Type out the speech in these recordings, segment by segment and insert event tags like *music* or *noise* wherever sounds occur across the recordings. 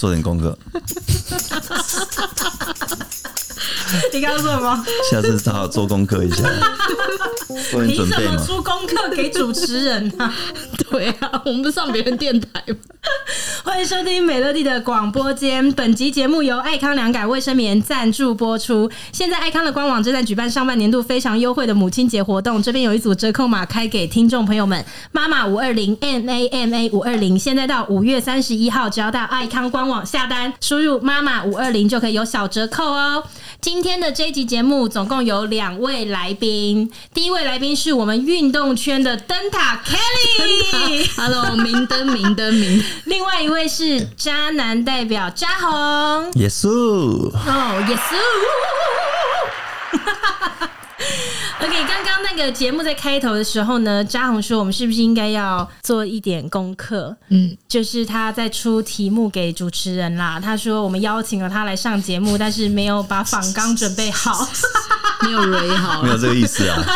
做点功课， *laughs* *laughs* 你刚刚说什么？下次好好做功课一 *laughs* 下，做点凭准什备么嘛。出功课给主持人呢、啊？ *laughs* 对啊，我们不是上别人电台吗？欢迎收听美乐蒂的广播间。本集节目由爱康良改卫生棉赞助播出。现在爱康的官网正在举办上半年度非常优惠的母亲节活动，这边有一组折扣码开给听众朋友们，妈妈五二零 M A M A 五二零，现在到五月三十一号，只要到爱康官网下单，输入妈妈五二零就可以有小折扣哦。今天的这一集节目总共有两位来宾，第一位来宾是我们运动圈的灯塔 Kelly。 Hello，明灯明灯明灯，另外一位是渣男代表渣红，哦耶稣， ，yes。OK，刚刚那个节目在开头的时候呢，渣红说我们是不是应该要做一点功课？嗯，就是他在出题目给主持人啦。他说我们邀请了他来上节目，但是没有把访纲准备好。没有蕊好没，有这个意思啊。 *laughs*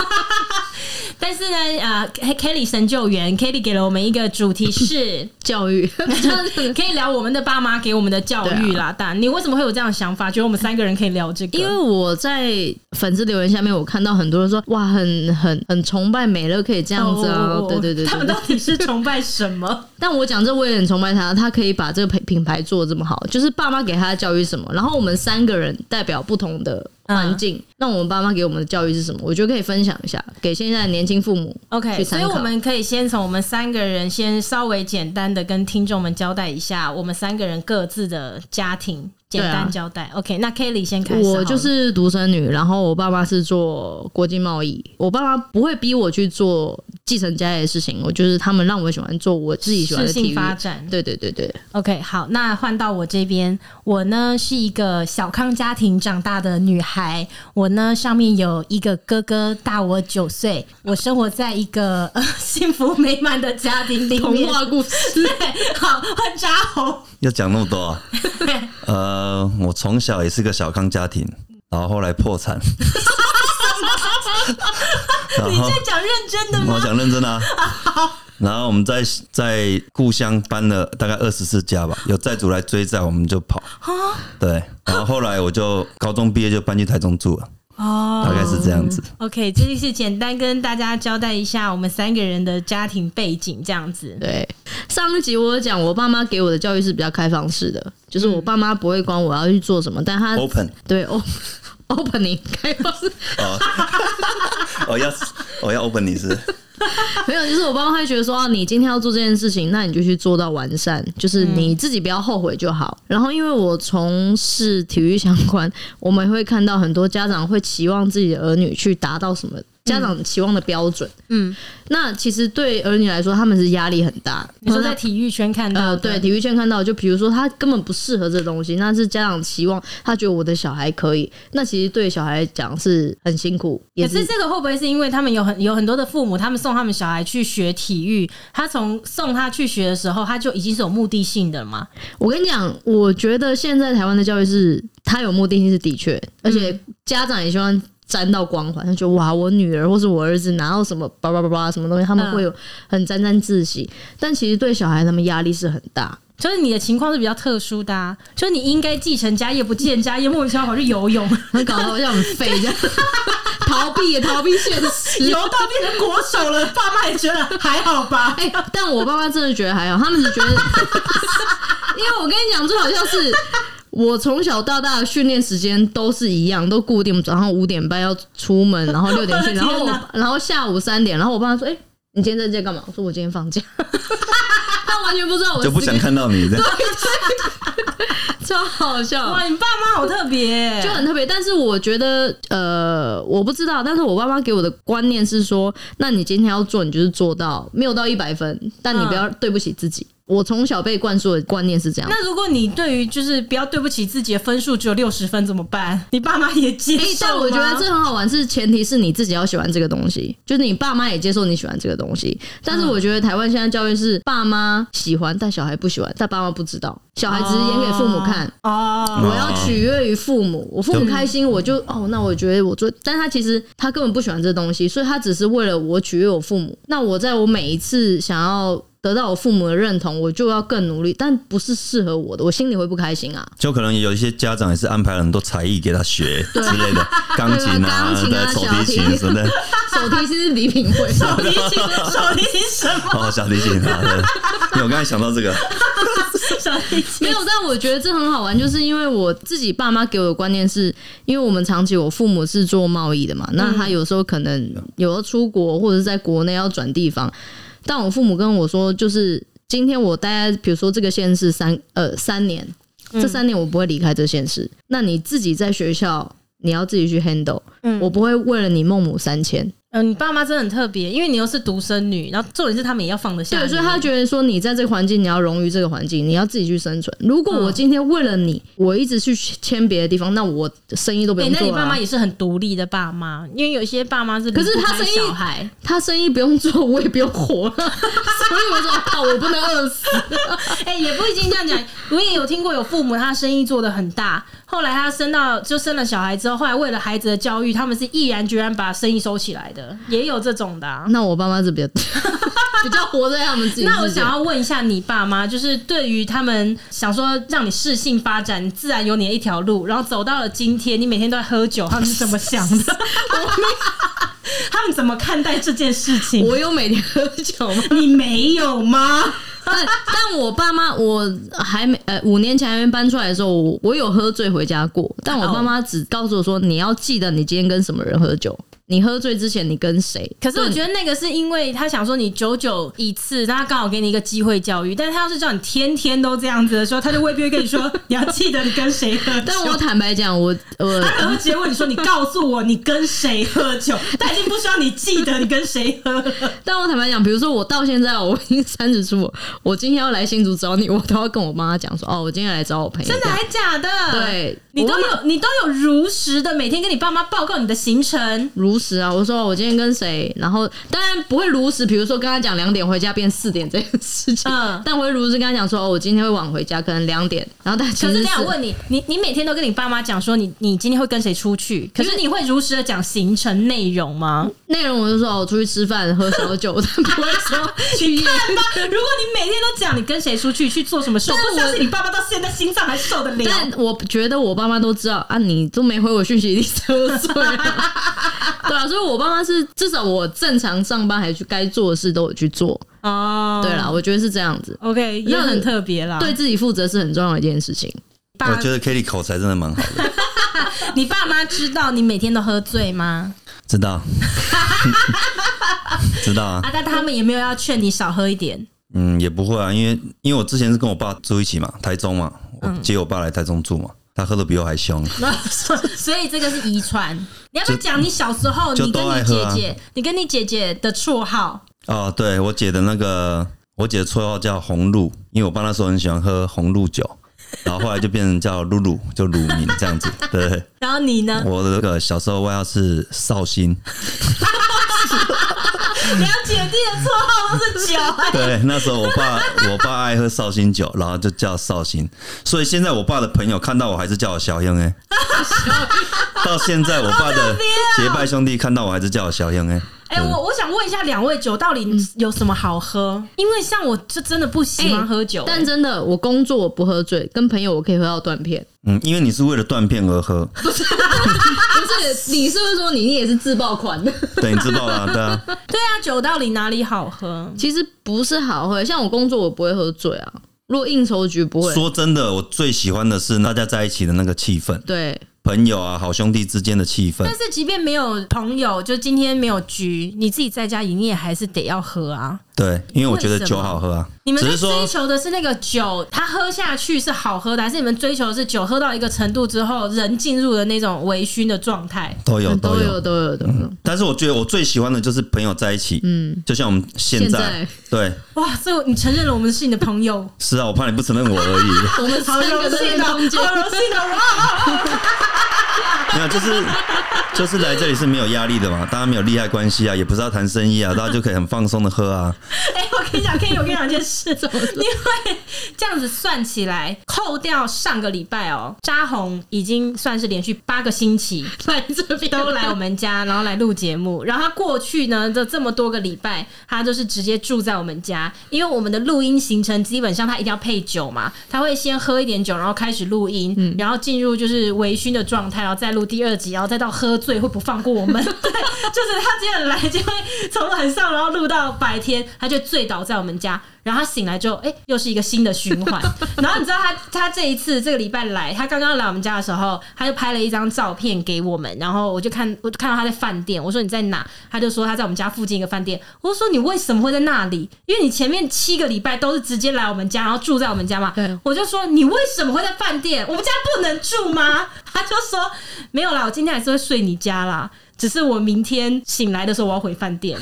但是呢，呃，K-，Kelly 神救援，Kelly 给了我们一个主题是教 *laughs* 育可以聊我们的爸妈给我们的教育啦。但你为什么会有这样的想法？觉得我们三个人可以聊这个？啊因为我在粉丝留言下面，我看到很多人说哇，很很很崇拜美乐可以这样子啊，哦对对对他对们对到。底是崇拜什 *laughs* 么？但我讲这我也很崇拜他，他可以把这个品品牌做得这么好，就是爸妈给他的教育是什么，然后我们三个人代表不同的环嗯境，那我们爸妈给我们的教育是什么，我觉得可以分享一下给现在的年轻父母 OK，去所参以考我们可以先从我们三个人先稍微简单的跟听众们交代一下，我们三个人各自的家庭简单交代。OK，那 Kelly 先开始好了。啊我就是独生女，然后我爸妈是做国际贸易，我爸妈不会逼我去做继承家业的事情，我就是他们让我喜欢做我自己喜欢适的体性育。发展。对对对对， OK，好，那换到我这边，我呢是一个小康家庭长大的女孩，我呢上面有一个哥哥大我九岁，我生活在一个、呃、 *laughs* 幸福美满的家庭里童面。话故事对， *laughs* 好，换扎红。要讲那么多啊？呃，我从小也是个小康家庭，然后后来破 *laughs* 产。然你后在讲认真的我吗？讲认真啊。然后我们在在故乡搬了大概二十四家吧，有债主来追债，我们就跑。啊对，然后后来我就高中毕业就搬去台中住了，大哦概是这样子。 ，OK，这就是简单跟大家交代一下我们三个人的家庭背景这样子。对，上一集我有讲，我爸妈给我的教育是比较开放式的，就是嗯我爸妈不会管我要去做什么，但啊他 Open 对 o *laughs* opening 开放式 *laughs* 哦，我要我要 open 你是 *laughs* 没有，就是我爸妈会觉得说，啊，你今天要做这件事情，那你就去做到完善，就是你嗯自己不要后悔就好。然后，因为我从事体育相关，我们会看到很多家长会期望自己的儿女去达到什么家长期望的标准。嗯，那其实对儿女来说，他们是压力很大。你说在体育圈看到的，呃，对，体育圈看到，就比如说他根本不适合这东西，那是家长期望，他觉得我的小孩可以，那其实对小孩来讲是很辛苦，也可是这个会不会是因为他们有很有很多的父母，他们送他们小孩去学体育，他从送他去学的时候，他就已经是有目的性的了嘛？我跟你讲，我觉得现在台湾的教育是，它有目的性是的确，而且家长也希望沾到光环，他觉得哇，我女儿或是我儿子拿到什么叭叭叭叭什么东西，他们嗯会有很沾沾自喜，但其实对小孩他们压力是很大。就是你的情况是比较特殊的、啊，就是你应该继承家业不继承家业，莫名其妙跑去游泳，很搞得好像很废这样，逃避也逃避现 *laughs* 实。游到变成国手了，爸妈也觉得还好吧？哎、但我爸妈真的觉得还好，他们只觉得，因为我跟你讲，最好笑是。我从小到大的训练时间都是一样，都固定，早上五点半要出门，然后六点去，我的 *laughs* 然天哪后我然后下午三点，然后我爸说：“哎、你今天在家干嘛？”我说：“我今天放假。” *laughs* 他完全不知道我就不想看到你这样。这个，超好笑。哇，你爸妈好特别欸、就很特别。但是我觉得，呃，我不知道，但是我爸妈给我的观念是说，那你今天要做，你就是做到，没有到一百分，但你不要对不起自己。我从小被灌输的观念是这嗯样。那如果你对于就是不要对不起自己的分数只有六十分怎么 *laughs* 办？你爸妈也接诶，但受吗？我觉得这很好玩，是前提是你自己要喜欢这个东西，就是你爸妈也接受你喜欢这个东西。但是嗯我觉得台湾现在教育是爸妈喜欢，但小孩不喜欢，但爸妈不知道，小孩只是演给父母看。哦，啊我要取悦于父母，我父母开心，我就哦，那我觉得我做，但他其实他根本不喜欢这东西，所以他只是为了我取悦我父母。那我在我每一次想要。得到我父母的认同，我就要更努力，但不是适合我的，我心里会不开心啊。就可能有一些家长也是安排了很多才艺给他 *laughs* 学之类的，钢琴啊、啊对钢琴啊对手提琴什么的，手提其实礼品会，手提琴，手提琴什么？哦，小提琴 *laughs* 啊，对因为我刚才想到这个， *laughs* 手提琴没有，但我觉得这很好玩，就是因为我自己爸妈给我的观念是，因为我们长期我父母是做贸易的嘛，那他有时候可能有要出国或者是在国内要转地方，但我父母跟我说，就是今天我待在比如说这个县市三呃三年，这三年我不会离开这县市，那你自己在学校。你要自己去 handle，、嗯我不会为了你孟母三迁。嗯，你爸妈真的很特别，因为你又是独生女，然后重点是他们也要放得下对，你。所以他觉得说你在这个环境，你要融于这个环境，你要自己去生存。如果嗯我今天为了你，我一直去签别的地方，那我生意都不哎、用那做你了啊、爸妈也是很独立的爸妈，因为有一些爸妈是可是离不他开生意小 *laughs* 孩，他生意不用做，我也不用活了， *laughs* 所以我说靠，我不能饿死。哎、也不一定这样讲。我也有听过有父母他生意做得很大，后来他生到就生了小孩之后，后来为了孩子的教育，他们是毅然决然把生意收起来的，也有这种的、啊。那我爸妈是比较 *laughs* 比较活在他们自己世界。那我想要问一下你爸妈，就是对于他们想说让你适性发展，你自然有你的一条路，然后走到了今天，你每天都在喝酒，他们是怎么想 *laughs* 的？他们怎么看待这件事情？我有每天喝酒吗？你没有吗？ *laughs* 但但我爸妈，我还没呃五年前还没搬出来的时候，我我有喝醉回家过，但我爸妈只告诉我说，你要记得你今天跟什么人喝酒，你喝醉之前你跟谁。可是我对觉得那个是因为他想说你久久一次，那他刚好给你一个机会教育。但是他要是叫你天天都这样子的时候，他就未必会跟你说你要记得你跟谁喝酒。*laughs* 但我坦白讲，我我他可能会直接问你说你告诉我你跟谁喝酒， *laughs* 但已经不需要你记得你跟谁喝了。但我坦白讲，比如说我到现在我已经三十出，我今天要来新竹找你，我都要跟我妈讲说，哦，我今天要来找我朋友。真的啊这样还假的？对你都我有你都有如实的每天跟你爸妈报告你的行程。如实啊，我说我今天跟谁，然后当然不会如实，比如说跟他讲两点回家变四点这件事情，嗯但我会如实跟他讲说，哦，我今天会晚回家，可能两点，然后但其可实是这样问你，你你每天都跟你爸妈讲说你你今天会跟谁出去，可是你会如实的讲行程内容 *laughs* 吗？内容，我就说哦，我出去吃饭喝小酒， *laughs* 但不会 *laughs* 说去夜看吧，如果你每天都讲你跟谁出去去做什么事，我但不相我信你爸爸到现在心脏还受得了。但我觉得我爸妈都知道啊，你都没回我讯息，你十二岁了， *laughs* 对啊，所以我爸妈是至少我正常上班还去该做的事都有去做，哦对啦，我觉得是这样子， ，OK，也很特别啦。对，自己负责是很重要的一件事情。我爸觉，得 Kitty 口才真的蛮好的，你爸妈知道你每天都喝醉吗？知 *laughs* 道，啊知道啊啊，，但他们也没有要劝你少喝一点。嗯，也不会啊，因为因为我之前是跟我爸住一起嘛，台中嘛，我嗯接我爸来台中住嘛，他喝的比我还凶， *laughs* 所以这个是遗传。你要不要就讲你小时候，就你跟都你爱姐喝啊姐，你跟你姐姐的绰号？哦，对我姐的那个，我姐的绰号叫红露，因为我爸那时候很喜欢喝红露酒，然后后来就变成叫露露，就乳名这样子。对，然后你呢？我的那个小时候外号是绍兴，嗯两姐弟的绰号都是酒、啊 *laughs* 对，那时候我爸我爸爱喝绍兴酒，然后就叫绍兴，所以现在我爸的朋友看到我还是叫我小英哎、到现在我爸的结拜兄弟看到我还是叫我小英哎、哎、我我想问一下两位酒到底有什么好喝？因为像我就真的不喜欢喝酒、哎但真的，我工作我不喝醉，跟朋友我可以喝到断 *laughs* 片。嗯，因为你是为了断片而喝，不是，你是不是说你你也是自爆款 *laughs* 的？对，你知道啦，对啊，对啊，酒到底哪里好喝？其实不是好喝，像我工作我不会喝醉啊，如果应酬局不会。说真的，我最喜欢的是大家在一起的那个气氛，对，朋友啊、好兄弟之间的气氛但。是即便没有朋友，就今天没有局，你自己在家营业还是得要喝啊。对，因为我觉为得什么酒好喝啊，你们只在是追说求的是那个酒，它喝下去是好喝的，还是你们追求的是酒喝到一个程度之后，人进入了那种微醺的状态？都有都都有。都有都嗯有。但是我觉得我最喜欢的就是朋友在一起，嗯，就像我们现在现在，对，哇，这你承认了我们是你的朋友，是啊，我怕你不承认我而已，我 *laughs* 们好三荣个在幸哦，好荣空幸间，哦，哇！没有，就是就是来这里是没有压力的嘛，大家没有利害关系啊，也不是要谈生意啊，大家就可以很放松的喝啊，哎、我跟跟你讲，K，我跟你 *laughs* 讲一件事，因为这样子算起来，扣掉上个礼拜哦，扎红已经算是连续八个星期来这边 *laughs* 都来我们家，然后来录节目。然后他过去呢，这这么多个礼拜，他就是直接住在我们家，因为我们的录音行程基本上他一定要配酒嘛，他会先喝一点酒，然后开始录音，然后进入就是微醺的状态，然后再录第二集，然后再到喝醉会不放过我们， *laughs* 对，就是他这样来就会从晚上然后录到白天，他就醉倒在我们家。然后他醒来之后，哎、又是一个新的循环。然后你知道他他这一次这个礼拜来，他刚刚来我们家的时候，他就拍了一张照片给我们，然后我就看我就看到他在饭店，我说你在哪？他就说他在我们家附近一个饭店。我就说你为什么会在那里？因为你前面七个礼拜都是直接来我们家，然后住在我们家嘛。对我就说你为什么会在饭店？我们家不能住吗？他就说没有啦，我今天还是会睡你家啦。只是我明天醒来的时候我要回饭店，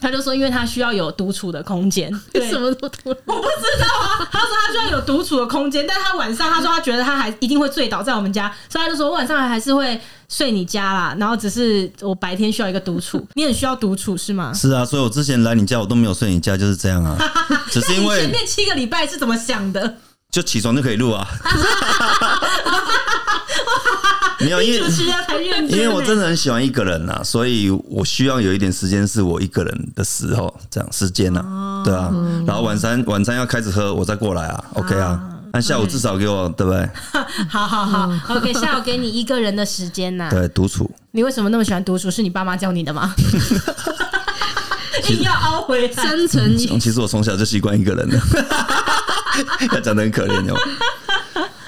他就说因为他需要有独处的空 *laughs* 间，对为什么都突然？我不知道啊，他说他需要有独处的空间，但他晚上他说他觉得他还一定会醉倒在我们家，所以他就说我晚上还是会睡你家啦，然后只是我白天需要一个独 *laughs* 处。你很需要独处是吗？是啊，所以我之前来你家，我都没有睡你家，就是这样 *laughs* 啊。只是因你前为面七个礼拜是怎么想 *laughs* 的？就起床就可以录 *laughs* 啊。没有，因为主持人才认 *laughs* 因真、为我真的的很喜欢一个人呐、所以我需要有一点时间是我一个人的时候，这样时间呐、对啊。然后晚餐晚餐要开始喝，我再过来啊，OK 啊。那下午至少给我对不对？ *laughs* 好好好，OK，下午给你一个人的时间呐、对，独处。你为什么那么喜欢独处？是你爸妈教你 *laughs* 的吗？ *laughs* 硬要凹回来，三层一其实我从小就习惯一个人的，要讲的很可怜哦。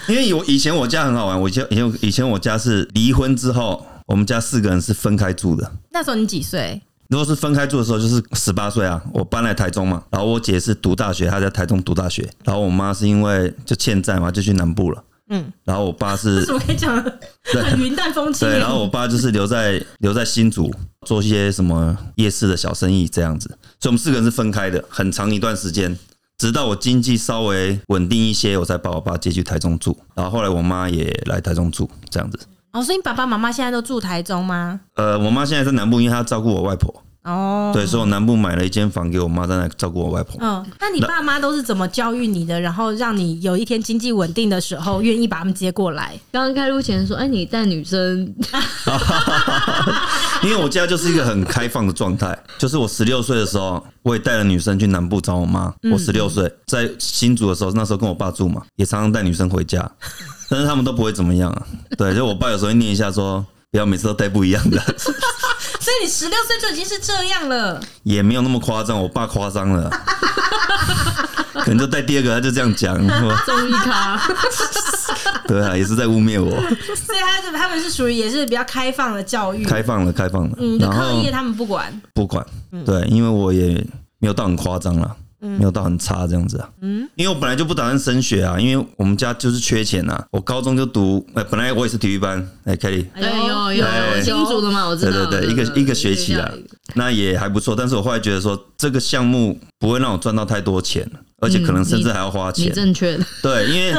因为我以前我家很好玩，我以前以前以前我家是离婚之后，我们家四个人是分开住的。那时候你几岁？如果是分开住的时候，就是十八岁啊，我搬来台中嘛，然后我姐是读大学，她在台中读大学，然后我妈是因为就欠债嘛，就去南部了，嗯，然后我爸为是什么可以讲得 *laughs* 很 *laughs* 云淡风轻？啊对，然后我爸就是留在留在新竹做一些什么夜市的小生意这样子，所以我们四个人是分开的，很长一段时间，直到我经济稍微稳定一些，我才把我爸接去台中住，然后后来我妈也来台中住这样子，哦，所以你爸爸妈妈现在都住台中吗？呃，我妈现在在南部，因为她要照顾我外婆，哦，对，所以我南部买了一间房给我妈在那照顾我外婆。嗯，那你爸妈都是怎么教育你的？然后让你有一天经济稳定的时候，愿意把他们接过来？刚刚开录前说，哎，你带女生， *laughs* 因为我家就是一个很开放的状态，就是我十六岁的时候，我也带了女生去南部找我妈。嗯我十六岁在新竹的时候，那时候跟我爸住嘛，也常常带女生回家，但是他们都不会怎么样啊。对，就我爸有时候会念一下说，不要每次都带不一样的， *laughs* 所以你十六岁就已经是这样了，也没有那么夸张。我爸夸张 *laughs* 了，啊可能就带第二个，他就这样讲，我综艺咖，对啊，也是在污蔑我。所以他他们是属于也是比较开放的教育。开放了，开放了，嗯，就然课后业他们不管，不管，嗯对，因为我也没有到很夸张啦，没有到很差这样子啊。嗯，因为我本来就不打算升学啊，因为我们家就是缺钱啊。我高中就读，呃，本来我也是体育班，哎，Kelly，对，有有有，对新竹的嘛，我知对道，对对，一个一个学期啊，那也还不错。但是我后来觉得说，这个项目不会让我赚到太多钱，而且可能甚至还要花嗯你钱。正确的，对，因为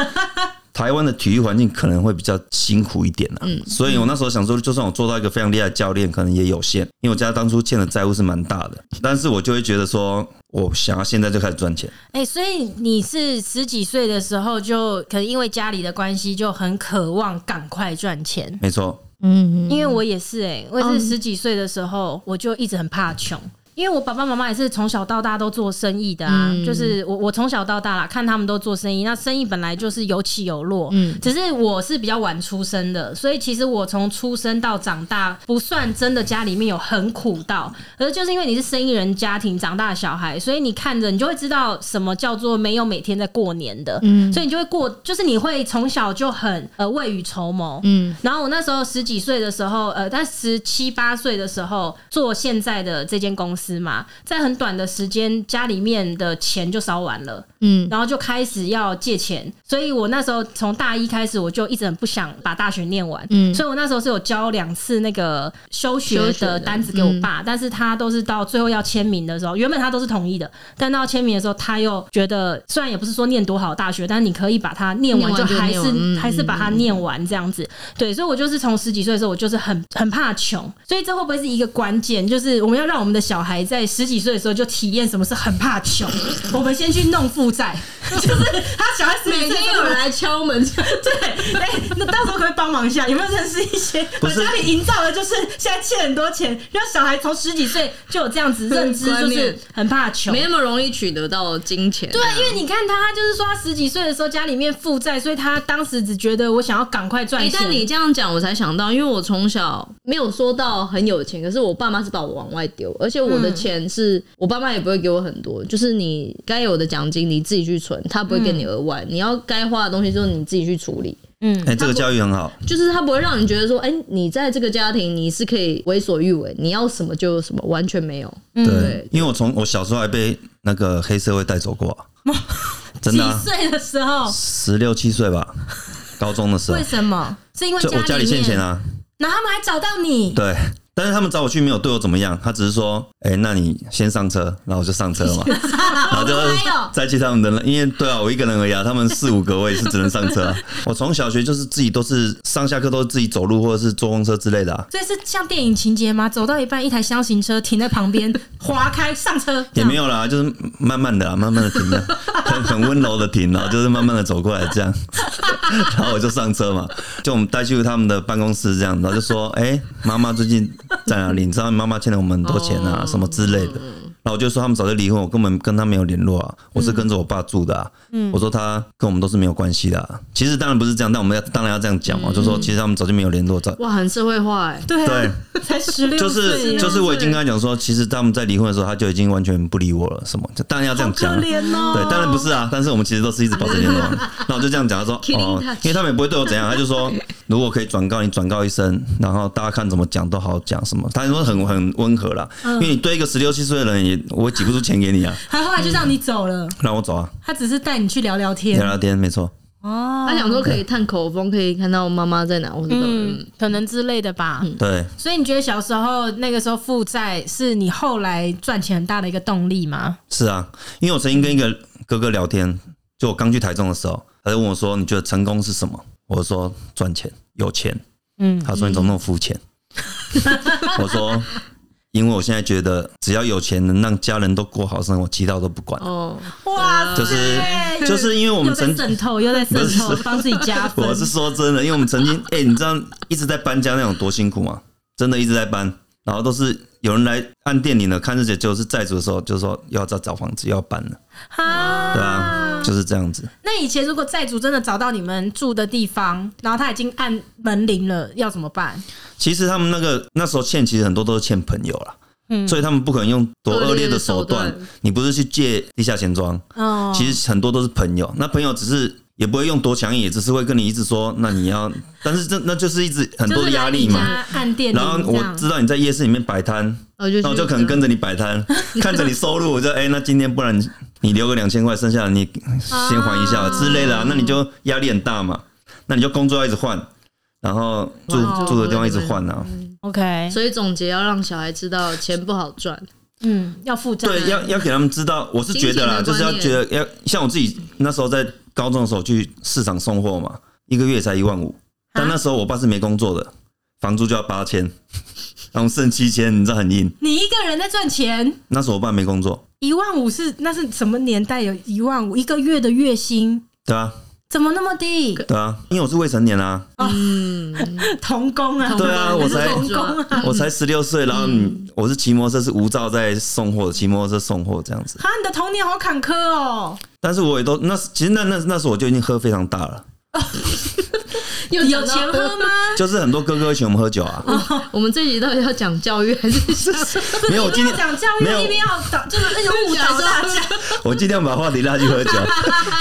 台湾的体育环境可能会比较辛苦一点啊，所以我那时候想说，就算我做到一个非常厉害的教练，可能也有限，因为我家当初欠的债务是蛮大的，但是我就会觉得说，我想要现在就开始赚钱，哎、所以你是十几岁的时候就可能因为家里的关系就很渴望赶快赚钱。没 *laughs* 错，嗯，因为我也是哎、我也是十几岁的时候，我就一直很怕穷。因为我爸爸妈妈也是从小到大都做生意的啊，就是我我从小到大啦，看他们都做生意，那生意本来就是有起有落，只是我是比较晚出生的，所以其实我从出生到长大不算真的家里面有很苦到，而就是因为你是生意人家庭长大的小孩，所以你看着你就会知道什么叫做没有每天在过年的，所以你就会过，就是你会从小就很呃未雨绸缪，然后我那时候十几岁的时候，呃，但十七八岁的时候做现在的这间公司嘛，在很短的时间，家里面的钱就烧完了，嗯，然后就开始要借钱，所以我那时候从大一开始，我就一直很不想把大学念完，嗯，所以我那时候是有交两次那个休学休学的的单子给我爸，但是他都是到最后要签名的时候，原本他都是同意的，但到签名的时候，他又觉得虽然也不是说念多好的大学，但你可以把它念完，念完就还念完是嗯还是把它念完这样子，对，所以我就是从十几岁的时候，我就是很很怕穷，所以这会不会是一个关键？就是我们要让我们的小孩孩在十几岁的时候就体验什么是很怕穷，我们先去弄负债，就是他小孩十每几岁天有人来敲门，对，哎、那到时候可不可以帮忙一下？有没有认识一些不把是家里营造的，就是现在欠很多钱，让小孩从十几岁就有这样子认知，观就念是很怕穷没。那么容易取得到金钱。对，啊因为你看他，他就是说他十几岁的时候家里面负债，所以他当时只觉得我想要赶快赚哎、钱。但你这样讲，我才想到，因为我从小没有说到很有钱，可是我爸妈是把我往外丢，而且我的钱是、我爸妈也不会给我很多，就是你该有的奖金你自己去存，他不会给你额外，你要该花的东西就是你自己去处理。嗯哎、这个教育很好，就是他不会让你觉得说，哎、你在这个家庭你是可以为所欲为，你要什么就有什么，完全没有。嗯对，因为我从我小时候还被那个黑社会带走 *laughs* 过啊、真的啊几，岁的时候，十六七岁吧，高中的时候为，什么？是因为就啊我家里里欠面，钱啊，然后他们还找到你，对。但是他们找我去没有对我怎么样，他只是说，哎、那你先上车，然后我就上车嘛，啊 *laughs* 然 *laughs* 好后就乖哦。再去他们的，因为对啊，我一个人而已啊，他们四五个我也是只能上车、啊。我从小学就是自己都是上下课都是自己走路或者是坐公车之类的、啊，所以是像电影情节吗？走到一半，一台箱型车停在 *laughs* 旁边，划开上车，也没有啦，就是慢慢的、啊，慢慢的停的，很很温柔的停，然后就是慢慢的走过来这样， *laughs* 然后我就上车嘛，就我们带去他们的办公室这样，然后就说，哎、妈妈最近在哪里？你知道妈妈欠了我们很多钱啊，什么之类的。然后我就说他们早就离婚，我根本跟他没有联络啊，我是跟着我爸住的啊。我说他跟我们都是没有关系的、啊。其实当然不是这样，但我们要当然要这样讲嘛，就说其实他们早就没有联络在。哇，很社会化哎、对对啊，，才十六就是岁，就是我已经跟他讲说，其实他们在离婚的时候，他就已经完全不理我了，什么？就当然要这样讲啊、可怜哦。对，当然不是啊，但是我们其实都是一直保持联络啊。那我就这样讲，他说 Killing 哦 touch，因为他们也不会对我怎样，他就说 *laughs* 如果可以转告你，转告一声，然后大家看怎么讲都好讲什么。他说很很温和啦，因为你对一个十六七岁的人也，我也挤不出钱给你啊，他后来就让你走了，让我走啊，他只是带你去聊聊聊天聊天，没错。哦他想说可以探口风，可以看到妈妈在哪，或者怎么嗯嗯，可能之类的吧。对，嗯所以你觉得小时候那个时候负债是你后来赚钱很大的一个动力吗？是啊，因为我曾经跟一个哥哥聊天，就我刚去台中的时候，他就问我说：“你觉得成功是什么？”我说：“赚钱，有钱。”嗯，他说：“你怎么那么肤浅？” *laughs* 我说：“因为我现在觉得，只要有钱能让家人都过好生活，其他都不管。哦，哇就是就是因为我又们在曾渗透，又在渗 *laughs* 透不，是帮自己加分。我是说真的，因为我们曾经，哎、你知道一直在搬家那种多辛苦吗？真的一直在搬，然后都是有人来按店里呢，看日姐就是债主的时候，就说要再找房子要搬了，啊对啊，就是这样子。那以前如果债主真的找到你们住的地方，然后他已经按门铃了，要怎么办？其实他们那个那时候欠，其实很多都是欠朋友啦。所以他们不可能用多嗯恶劣的手恶段劣的手。你不是去借地下钱庄，哦，其实很多都是朋友，那朋友只是也不会用多强硬，也只是会跟你一直说，那你要，但是这那就是一直很多的压力就是来嘛。你家按电铃然后这我样知道你在夜市里面摆摊，我呃就那我就可能跟着你摆摊，看着你收入，我就哎、那今天不然你留个两千块，剩下的你先还一下之类的啊、那你就压力很大嘛。那你就工作要一直换，然后住哇住的地方一直换啊。 OK，所以总结要让小孩知道钱不好赚，嗯，要负债，对，要要给他们知道，我是觉得啦，金就钱是的要观念觉得要像我自己那时候在高中的时候去市场送货嘛，一个月才一万五，但那时候我爸是没工作的，房租就要八 *laughs* 千，然后剩七千，你知道很硬。你一个人在赚钱，那时候我爸没工作，一万五是那是什么年代？有一万五一个月的月薪，对啊，怎么那么低？对啊，因为我是未成年啊， *laughs* 嗯童工啊，对啊，我才还是童工啊。我才十六岁，然后嗯你我是骑摩托车是无照在送货，骑摩托车送货这样子，啊，你的童年好坎坷哦，但是我也都那其实那那那时候我就已经喝非常大了，有有钱喝吗？就是很多哥哥请我们喝酒 *laughs* 啊，哦我们这集到底要讲教育还是 *laughs* 没有，我一今边要天讲教育，没有一边要导，就是那种误导大家。 *laughs* 我尽量把话题拉去喝酒，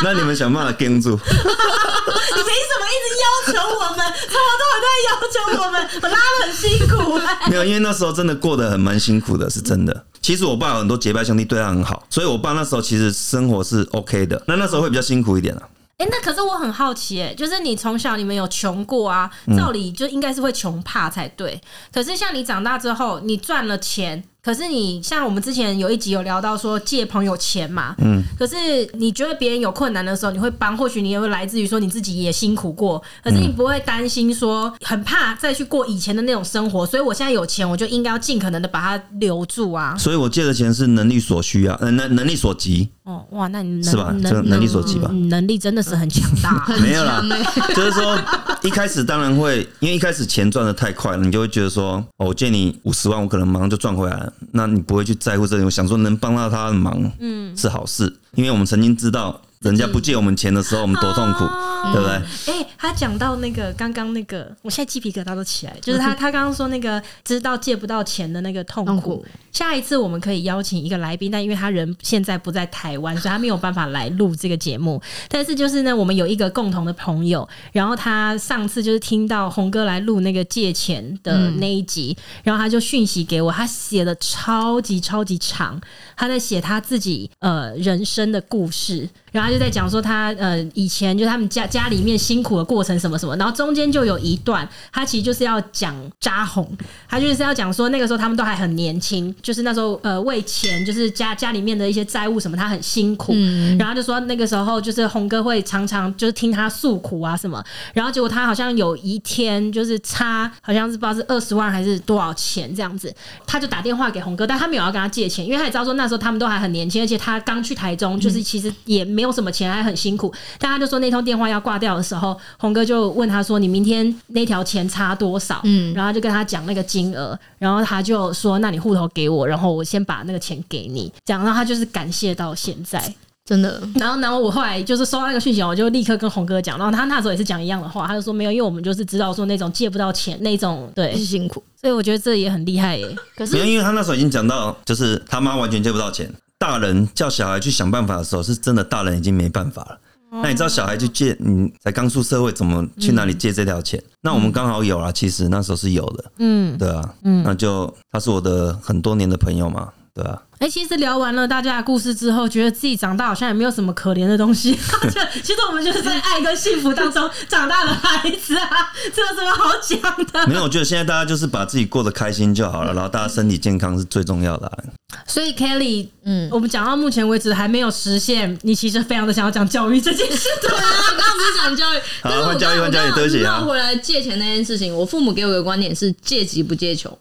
那你们想办法跟住。你凭什么一直要求我们？从头到尾都在要求我们，我拉的很辛苦、欸 *laughs* 没有，因为那时候真的过得很蛮辛苦的，是真的。其实我爸有很多结拜兄弟对他很好，所以我爸那时候其实生活是 OK 的。那那时候会比较辛苦一点啊。哎、那可是我很好奇、哎，就是你从小你们有穷过啊？照理就应该是会穷怕才对。可是像你长大之后，你赚了钱，可是你像我们之前有一集有聊到说借朋友钱嘛，嗯，可是你觉得别人有困难的时候，你会帮，或许你也会来自于说你自己也辛苦过，可是你不会担心说很怕再去过以前的那种生活，所以我现在有钱，我就应该要尽可能的把它留住啊。所以我借的钱是能力所需啊，呃能能力所及，哦，哇，那你能是吧？这个能能力所及吧？嗯能力真的是很强大、啊没有啦很强 *laughs* 欸，就是说一开始当然会，因为一开始钱赚的太快了，你就会觉得说，哦，我借你五十万，我可能马上就赚回来了，那你不会去在乎这里。我想说能帮到他的忙，嗯，是好事，因为我们曾经知道人家不借我们钱的时候，我们多痛苦，哦对不对？ *laughs* 哎、他讲到那个刚刚那个，我现在鸡皮疙瘩都起来，就是他他刚刚说那个知道借不到钱的那个痛苦。痛苦下一次我们可以邀请一个来宾，但因为他人现在不在台湾，所以他没有办法来录这个节目。但是就是呢，我们有一个共同的朋友，然后他上次就是听到红哥来录那个借钱的那一集，然后他就讯息给我，他写的超级超级长，他在写他自己呃人生的故事，然后他就在讲说他呃以前就他们家家里面辛苦的过程什么什么，然后中间就有一段他其实就是要讲扎红，他就是要讲说那个时候他们都还很年轻，就是那时候呃为钱就是家家里面的一些债务什么他很辛苦，然后他就说那个时候就是红哥会常常就是听他诉苦啊什么，然后结果他好像有一天就是差好像是不知道是二十万还是多少钱这样子，他就打电话给红哥，但他没有要跟他借钱，因为他也知道说那时候他们都还很年轻，而且他刚去台中，就是其实也没有什么钱，还很辛苦。但他就说那通电话要挂掉的时候，红哥就问他说：“你明天那条钱差多少？”嗯，然后他就跟他讲那个金额，然后他就说：“那你户头给我，然后我先把那个钱给你。”这样，然后他就是感谢到现在。真的，然后，然后我后来就是收到那个讯息，我就立刻跟红哥讲。然后他那时候也是讲一样的话，他就说没有，因为我们就是知道说那种借不到钱那种，是对，辛苦。所以我觉得这也很厉害耶、 *laughs* 可是没有，因为他那时候已经讲到，就是他妈完全借不到钱，大人叫小孩去想办法的时候，是真的大人已经没办法了。哦那你知道小孩去借，你才刚出社会，怎么去哪里借这条嗯钱？那我们刚好有啊，其实那时候是有的，嗯，对啊，那就他是我的很多年的朋友嘛，对啊，哎、其实聊完了大家的故事之后，觉得自己长大好像也没有什么可怜的东西。 *laughs* 就其实我们就是在爱跟幸福当中长大的孩子啊，这有什么好讲的？ *laughs* 没有，我觉得现在大家就是把自己过得开心就好了，嗯然后大家身体健康是最重要的啊、所以 Kelly，嗯，我们讲到目前为止还没有实现，你其实非常的想要讲教育这件事， *laughs* 对对啊，我刚刚不是讲教育，但是我换教育刚换教育我刚对不起啊绕回来借钱那件事情，我父母给我一个观点是借急不借穷。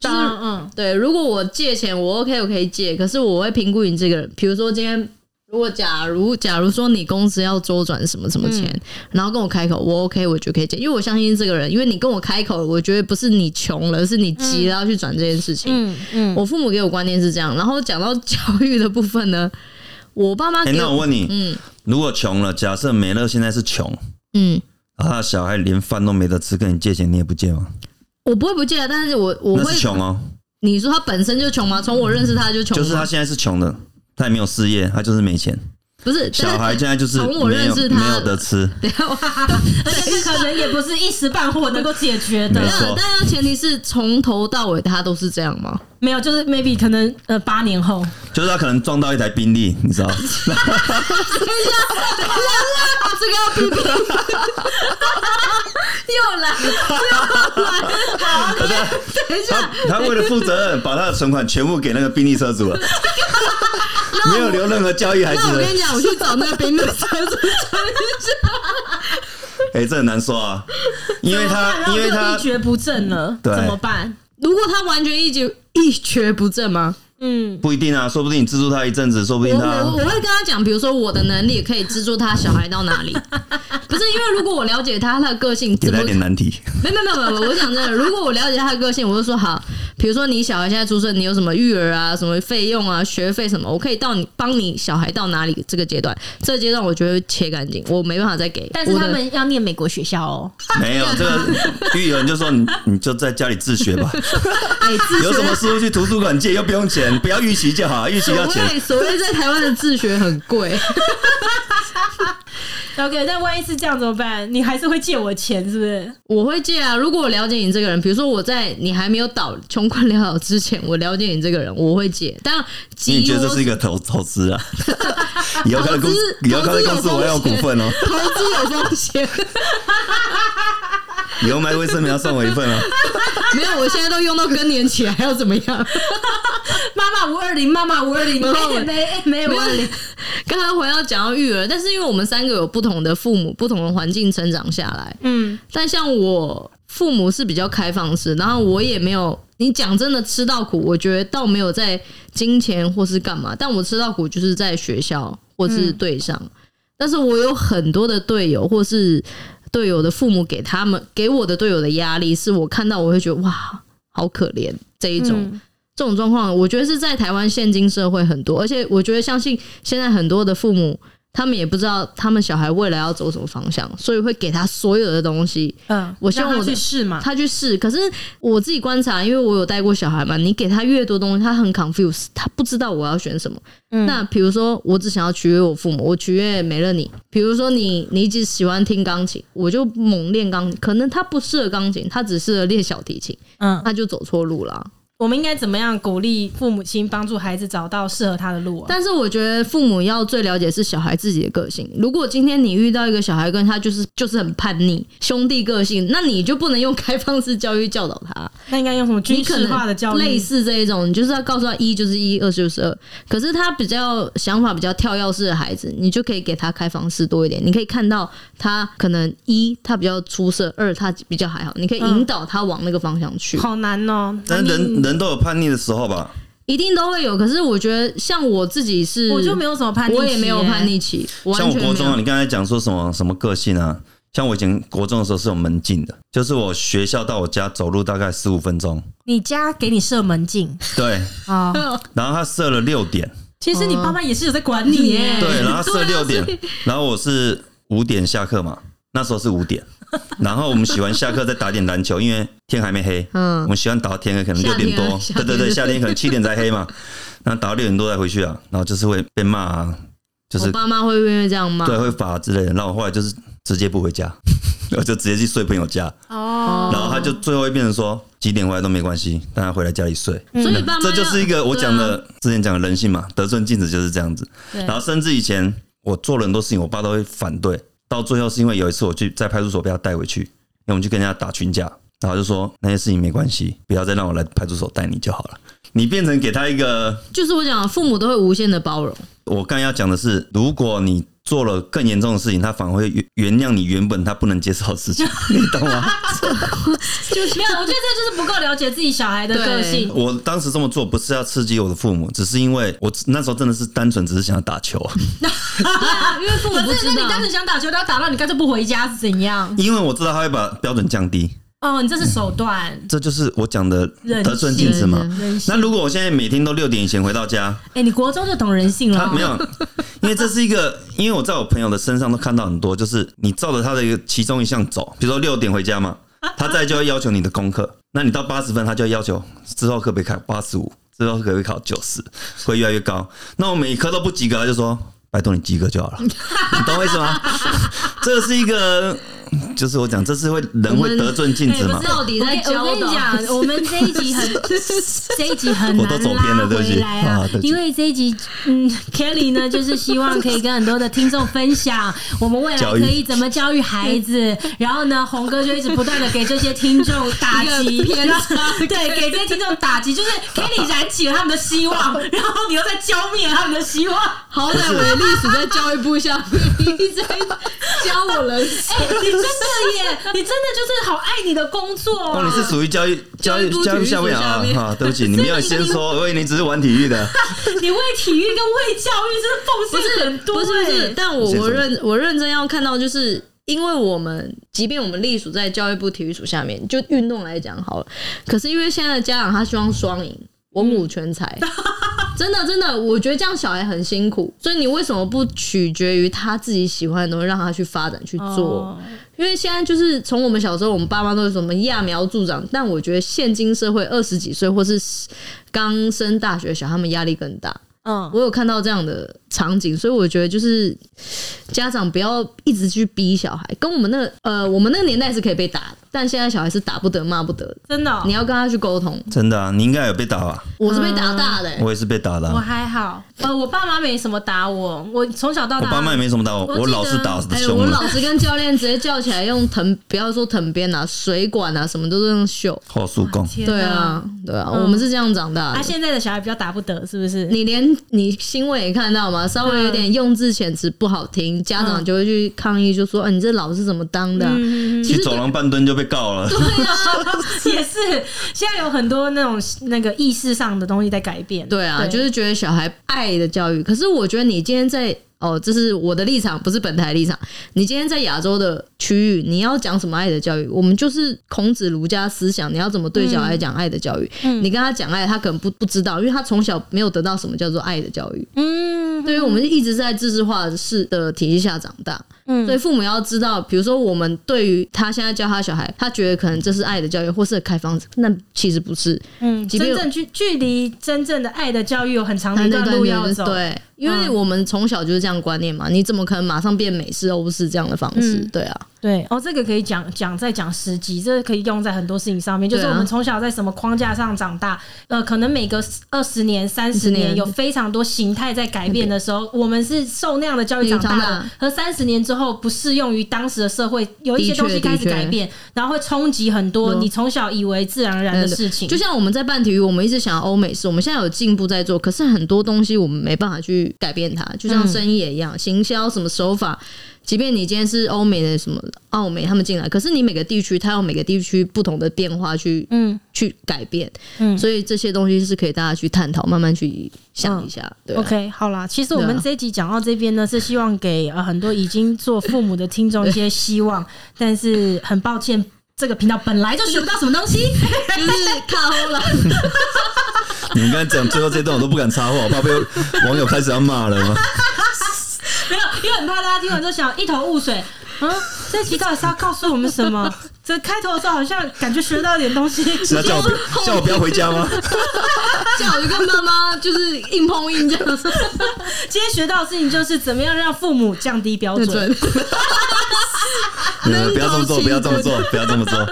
就是嗯对，如果我借钱，我 OK，我可以借，可是我会评估你这个人。比如说今天，如果假如假如说你公司要周转什么什么钱，嗯然后跟我开口，我 OK，我就可以借，因为我相信这个人，因为你跟我开口了，我觉得不是你穷了，是你急了要去转这件事情。嗯嗯，我父母给我观念是这样，然后讲到教育的部分呢，我爸妈哎、给那我我，问你，如果穷了，假设美乐现在是穷，嗯，然后他的小孩连饭都没得吃，跟你借钱，你也不借吗？我不会不借，但是我我那会是穷哦、你说他本身就穷吗？从我认识他就穷吗，就是他现在是穷的，他也没有事业，他就是没钱。不是小孩现在就是从我没认有识他没有得吃，而且这可能也不是一时半会能够解决的没。 *laughs* 但是错但是前提是从头到尾他都是这样吗？没有，就是 maybe 可能呃八年后，就是他可能撞到一台宾利，你 *laughs* 知道？啊，这个要批评， *laughs* 又来 *laughs* 等一下，他为了负责任，把他的存款全部给那个宾利车主 *laughs* 了，没有留任何教育孩那子我的跟。你讲，我去找那个冰的车主哎，这很难说啊，因为怎么他办因为然后他就一蹶不振了，对怎么办？如果他完全一蹶一蹶不振吗？嗯，不一定啊，说不定你资助他一阵子，说不我定他我我会跟他讲，比如说我的能力可以资助他小孩到 *laughs* 哪里，不是因为如果我了解他他的个性，给怎他么一点难题。没没没没，没我讲真的，如果我了解他的个性，我就说好，比如说你小孩现在出生，你有什么育儿啊、什么费用啊、学费什么，我可以到你帮你小孩到哪里这个阶段，这个阶段我觉得切干净，我没办法再给。但是他我的们要念美国学校哦，没 *laughs* 有这个育人就说你你就在家里自学吧， *laughs* 哎，自有什么学。书去图书馆借，又不用钱，不要预习就好，预习所要钱。谓所谓在台湾的自学很 *laughs* 贵， OK，但万一是这样怎么办？你还是会借我钱是不是？我会借啊。如果我了解你这个人，比如说我在你还没有倒穷困潦倒之前，我了解你这个人，我会借。当然，因为急你觉得这我是一个投投资 *laughs* 啊？以后开的公司，以后开的公司我要有股份哦，投资有 *laughs* 风险，以 *laughs* 啊后卖卫生棉要送我一份哦。没有，我现在都用到更年期，还要怎么样？五二零，妈妈五二零，没有没没没有五二零，刚刚回到讲到育儿，但是因为我们三个有不同的父母、不同的环境成长下来，嗯，但像我父母是比较开放式，然后我也没有，你讲真的吃到苦，我觉得倒没有在金钱或是干嘛，但我吃到苦就是在学校或是队上，但是我有很多的队友或是队友的父母给他们给我的队友的压力，是我看到我会觉得哇，好可怜这一种。嗯这种状况，我觉得是在台湾现今社会很多，而且我觉得相信现在很多的父母，他们也不知道他们小孩未来要走什么方向，所以会给他所有的东西，嗯，我希望让他我的去试嘛，他去试。可是我自己观察，因为我有带过小孩嘛，你给他越多东西，他很 confused，他不知道我要选什么。嗯那比如说，我只想要取悦我父母，我取悦美乐你。比如说你，你一直喜欢听钢琴，我就猛练钢琴。可能他不适合钢琴，他只适合练小提琴，嗯，他就走错路了啊。我们应该怎么样鼓励父母亲帮助孩子找到适合他的路啊？但是我觉得父母要最了解是小孩自己的个性。如果今天你遇到一个小孩，跟他就是就是很叛逆，兄弟个性，那你就不能用开放式教育教导他。那应该用什么军你可事化的教能育？类似这一种，你就是要告诉他一就是一，二就是二。可是他比较想法比较跳跃式的孩子，你就可以给他开放式多一点。你可以看到他可能一他比较出色，二他比较还好，你可以引导他往那个方向去。好难哦、但那你嗯人人都有叛逆的时候吧？一定都会有。可是我觉得像我自己是，我就没有什么叛逆、我也没有叛，逆期，完像我全没国中啊，有。你刚才讲说什么什么个性啊？像我以前国中的时候是有门禁的，就是我学校到我家走路大概十五分 *laughs* 钟。你家给你射门禁对，啊、然后他设了六点，其实你爸妈也是有在管你耶、嗯对，然后他设对六啊点所以，然后我是五点下课嘛，那时候是五点， *laughs* 然后我们喜欢下课再打点篮球，因为天还没黑，嗯我们喜欢打到天黑，可能夏六点天啊多，夏对天对对，夏天可能七点才黑嘛，然后打到六点多才回去啊，然后就是会被骂啊，就我是爸妈会因为这样骂，对会罚之类的，然后我后来就是直接不回家， *laughs* 我就直接去睡朋友家，哦，然后他就最后会变成说几点回来都没关系，但他回来家里睡，所嗯以爸妈这就是一个我讲对啊的之前讲的人性嘛，得寸进尺就是这样子。对然后甚至以前我做了很多事情，我爸都会反对。到最后是因为有一次我去在派出所被他带回去，因为我们去跟人家打群架，然后就说那些事情没关系，不要再让我来派出所带你就好了。你变成给他一个，就是我讲，父母都会无限 *laughs* 的包容，我刚才要讲的是，如果你做了更严重的事情，他反而会原原谅你原本他不能接受的 *laughs* 事情，你懂吗？就是没有，我觉得这就是不够了解自己小孩的个性。我当时这么做不是要刺激我的父母，只是因为我那时候真的是单纯只是想要打球。啊因为父母不可是知那你道当。时想打球，他打到你干脆不回家是怎样？因为我知道他会把标准降低，哦，你这是手段。这就是我讲的人性得寸进尺嘛人。性那如果我现在每天都六点以前回到家，哎、你国中就懂人性了他哦，没有，因为这是一个，因为我在我朋友的身上都看到很多，就是你照着他的一个其中一项走，比如说六点回家嘛，他再就会要求你的功课，那你到八十分，他就会要求之后可不可以考八十五，之后可不可以考九十，会越来越高。那我每一科都不及格，他就说拜托你及格就好了，你懂我意思吗？这是一个，就是我讲，这是会人我会们得寸进尺 *laughs* 嘛。到底我在跟教我跟你导？讲，我们这一集很 *laughs* 这一集很我难都走偏拉了对不起回来啊啊对不起因为这一集，嗯，Kelly 呢，就是希望可以跟很多的听众分享我们未来教可育以怎么教育孩 *laughs* 子，然后呢，红哥就一直不断的给这些听众 *laughs* 打击一个，偏然后 *laughs* 对，给这些听众打击，就是 Kelly 燃起了他们的希望，然后你又在浇灭他们的希望。好歹我的历史在教育部下面一直在教我人生。哎、你真的耶，你真的就是好爱你的工作、啊哦，你是属于教育教育教育部教育体育下面组啊下面啊，对不起，你没有先说，我以为你只是玩体育的。你为体育跟为教育真的不奉献是很多、不是不是，哎但我你先我说认我认真要看到，就是因为我们即便我们隶属在教育部体育署下面，就运动来讲好了，可是因为现在的家长他希望双赢，文武全才。真的，真的，我觉得这样小孩很辛苦，所以你为什么不取决于他自己喜欢的东西，让他去发展去做？哦因为现在就是从我们小时候，我们爸妈都是什么揠苗助长，但我觉得现今社会二十几岁或是刚升大学的小孩，他们压力更大。嗯，我有看到这样的场景，所以我觉得就是家长不要一直去逼小孩，跟我们那个呃，我们那个年代是可以被打的，但现在小孩是打不得骂不得的，真的哦、你要跟他去沟通。真的啊，你应该有被打吧？我是被打大的、欸我也是被打的啊、我还好，呃，我爸妈没什么打我，我从小到我大，爸妈也没什么打我，我记得我老是打的哎、凶我了老。师跟教练直接叫起来用藤，不要说藤鞭啊，水管啊，什么都是用秀。后叔公，天哪对啊，，对啊，我们是这样长大啊，的。现在的小孩比较打不得，是不是？你连你新闻也看到嘛，稍微有点用字遣词不好听，家长就会去抗议，就说：“哎，你这老师怎么当的啊、 *laughs* 嗯，啊其去实走廊半蹲就被告了。也是，现在有很多那种那个意识上的东西在改变。对啊，就是觉得小孩爱的教育。可是我觉得你今天在哦，这是我的立场，不是本台立场。你今天在亚洲的区域，你要讲什么爱的教育？我们就是孔子儒家思想，你要怎么对小孩讲爱的教育？你跟他讲爱，他可能不不知道，因为他从小没有得到什么叫做爱的教育。嗯，对于我们一直在自治化式的体系下长大，嗯，所以父母要知道，比如说我们对于他现在教他小孩，他觉得可能这是爱的教育，或是开放式，那其实不是，嗯，即便真有正距距离真正的爱的教育有很长的一段路要走。嗯对，因为我们从小就是这样观念嘛，你怎么可能马上变美式、欧式这样的方式？嗯对啊，对哦，这个可以讲讲再讲十集，这个可以用在很多事情上面。就是对啊我们从小在什么框架上长大，呃，可能每个二十年、三十年年有非常多形态在改变的时候，我们是受那样的教育长大你长的大，和三十年之后不适用于当时的社会，有一些的确东西开始的确改变，然后会冲击很多有你从小以为自然而然的对事情就。像我们在办体育，我们一直想要欧美式，我们现在有进步在做，可是很多东西我们没办法去改变它，就像生意也一样，行销什么手法。即便你今天是欧美的什么澳美他们进来，可是你每个地区它有每个地区不同的变化去、嗯去改变，嗯所以这些东西是可以大家去探讨，慢慢去想一下，对啊、 OK，好啦，其实我对啊们这一集讲到这边呢，是希望给呃很多已经做父母的听众一些希望， *laughs* 但是很抱歉，这个频道本来就学不到什么东西。 *laughs* 就是卡欧 *laughs* 了。你们刚才讲最后这段，我都不敢插话，我怕被网友开始要骂了吗？没有，因为很怕大家听完之后想一头雾水。嗯，这期到底是要告诉我们什么？ *laughs* 这开头的时候好像感觉学到一点东西，是要叫我不叫我不要回家吗？ *laughs* 这样我就跟妈妈就是硬碰硬这样子， *laughs* 今天学到的事情就是怎么样让父母降低标准。。你们不要这么做，不要这么做，不要这么做。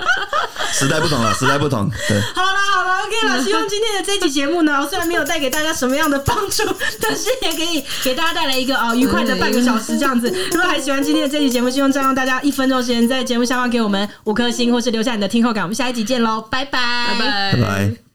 时代不同了，时代不同。对，好啦好啦 o *laughs* k 啦，希望今天的这期节目呢， *laughs* 虽然没有带给大家什么样的帮助，但是也可以给大家带来一个呃愉快的半个小时这 *laughs* 样子。如果还喜欢今天的这期节目，希望占用大家一分钟 *laughs* 时间，在节目下方给我们五颗星，或是留下你的听后感。我们下一集见喽，拜拜，拜拜拜。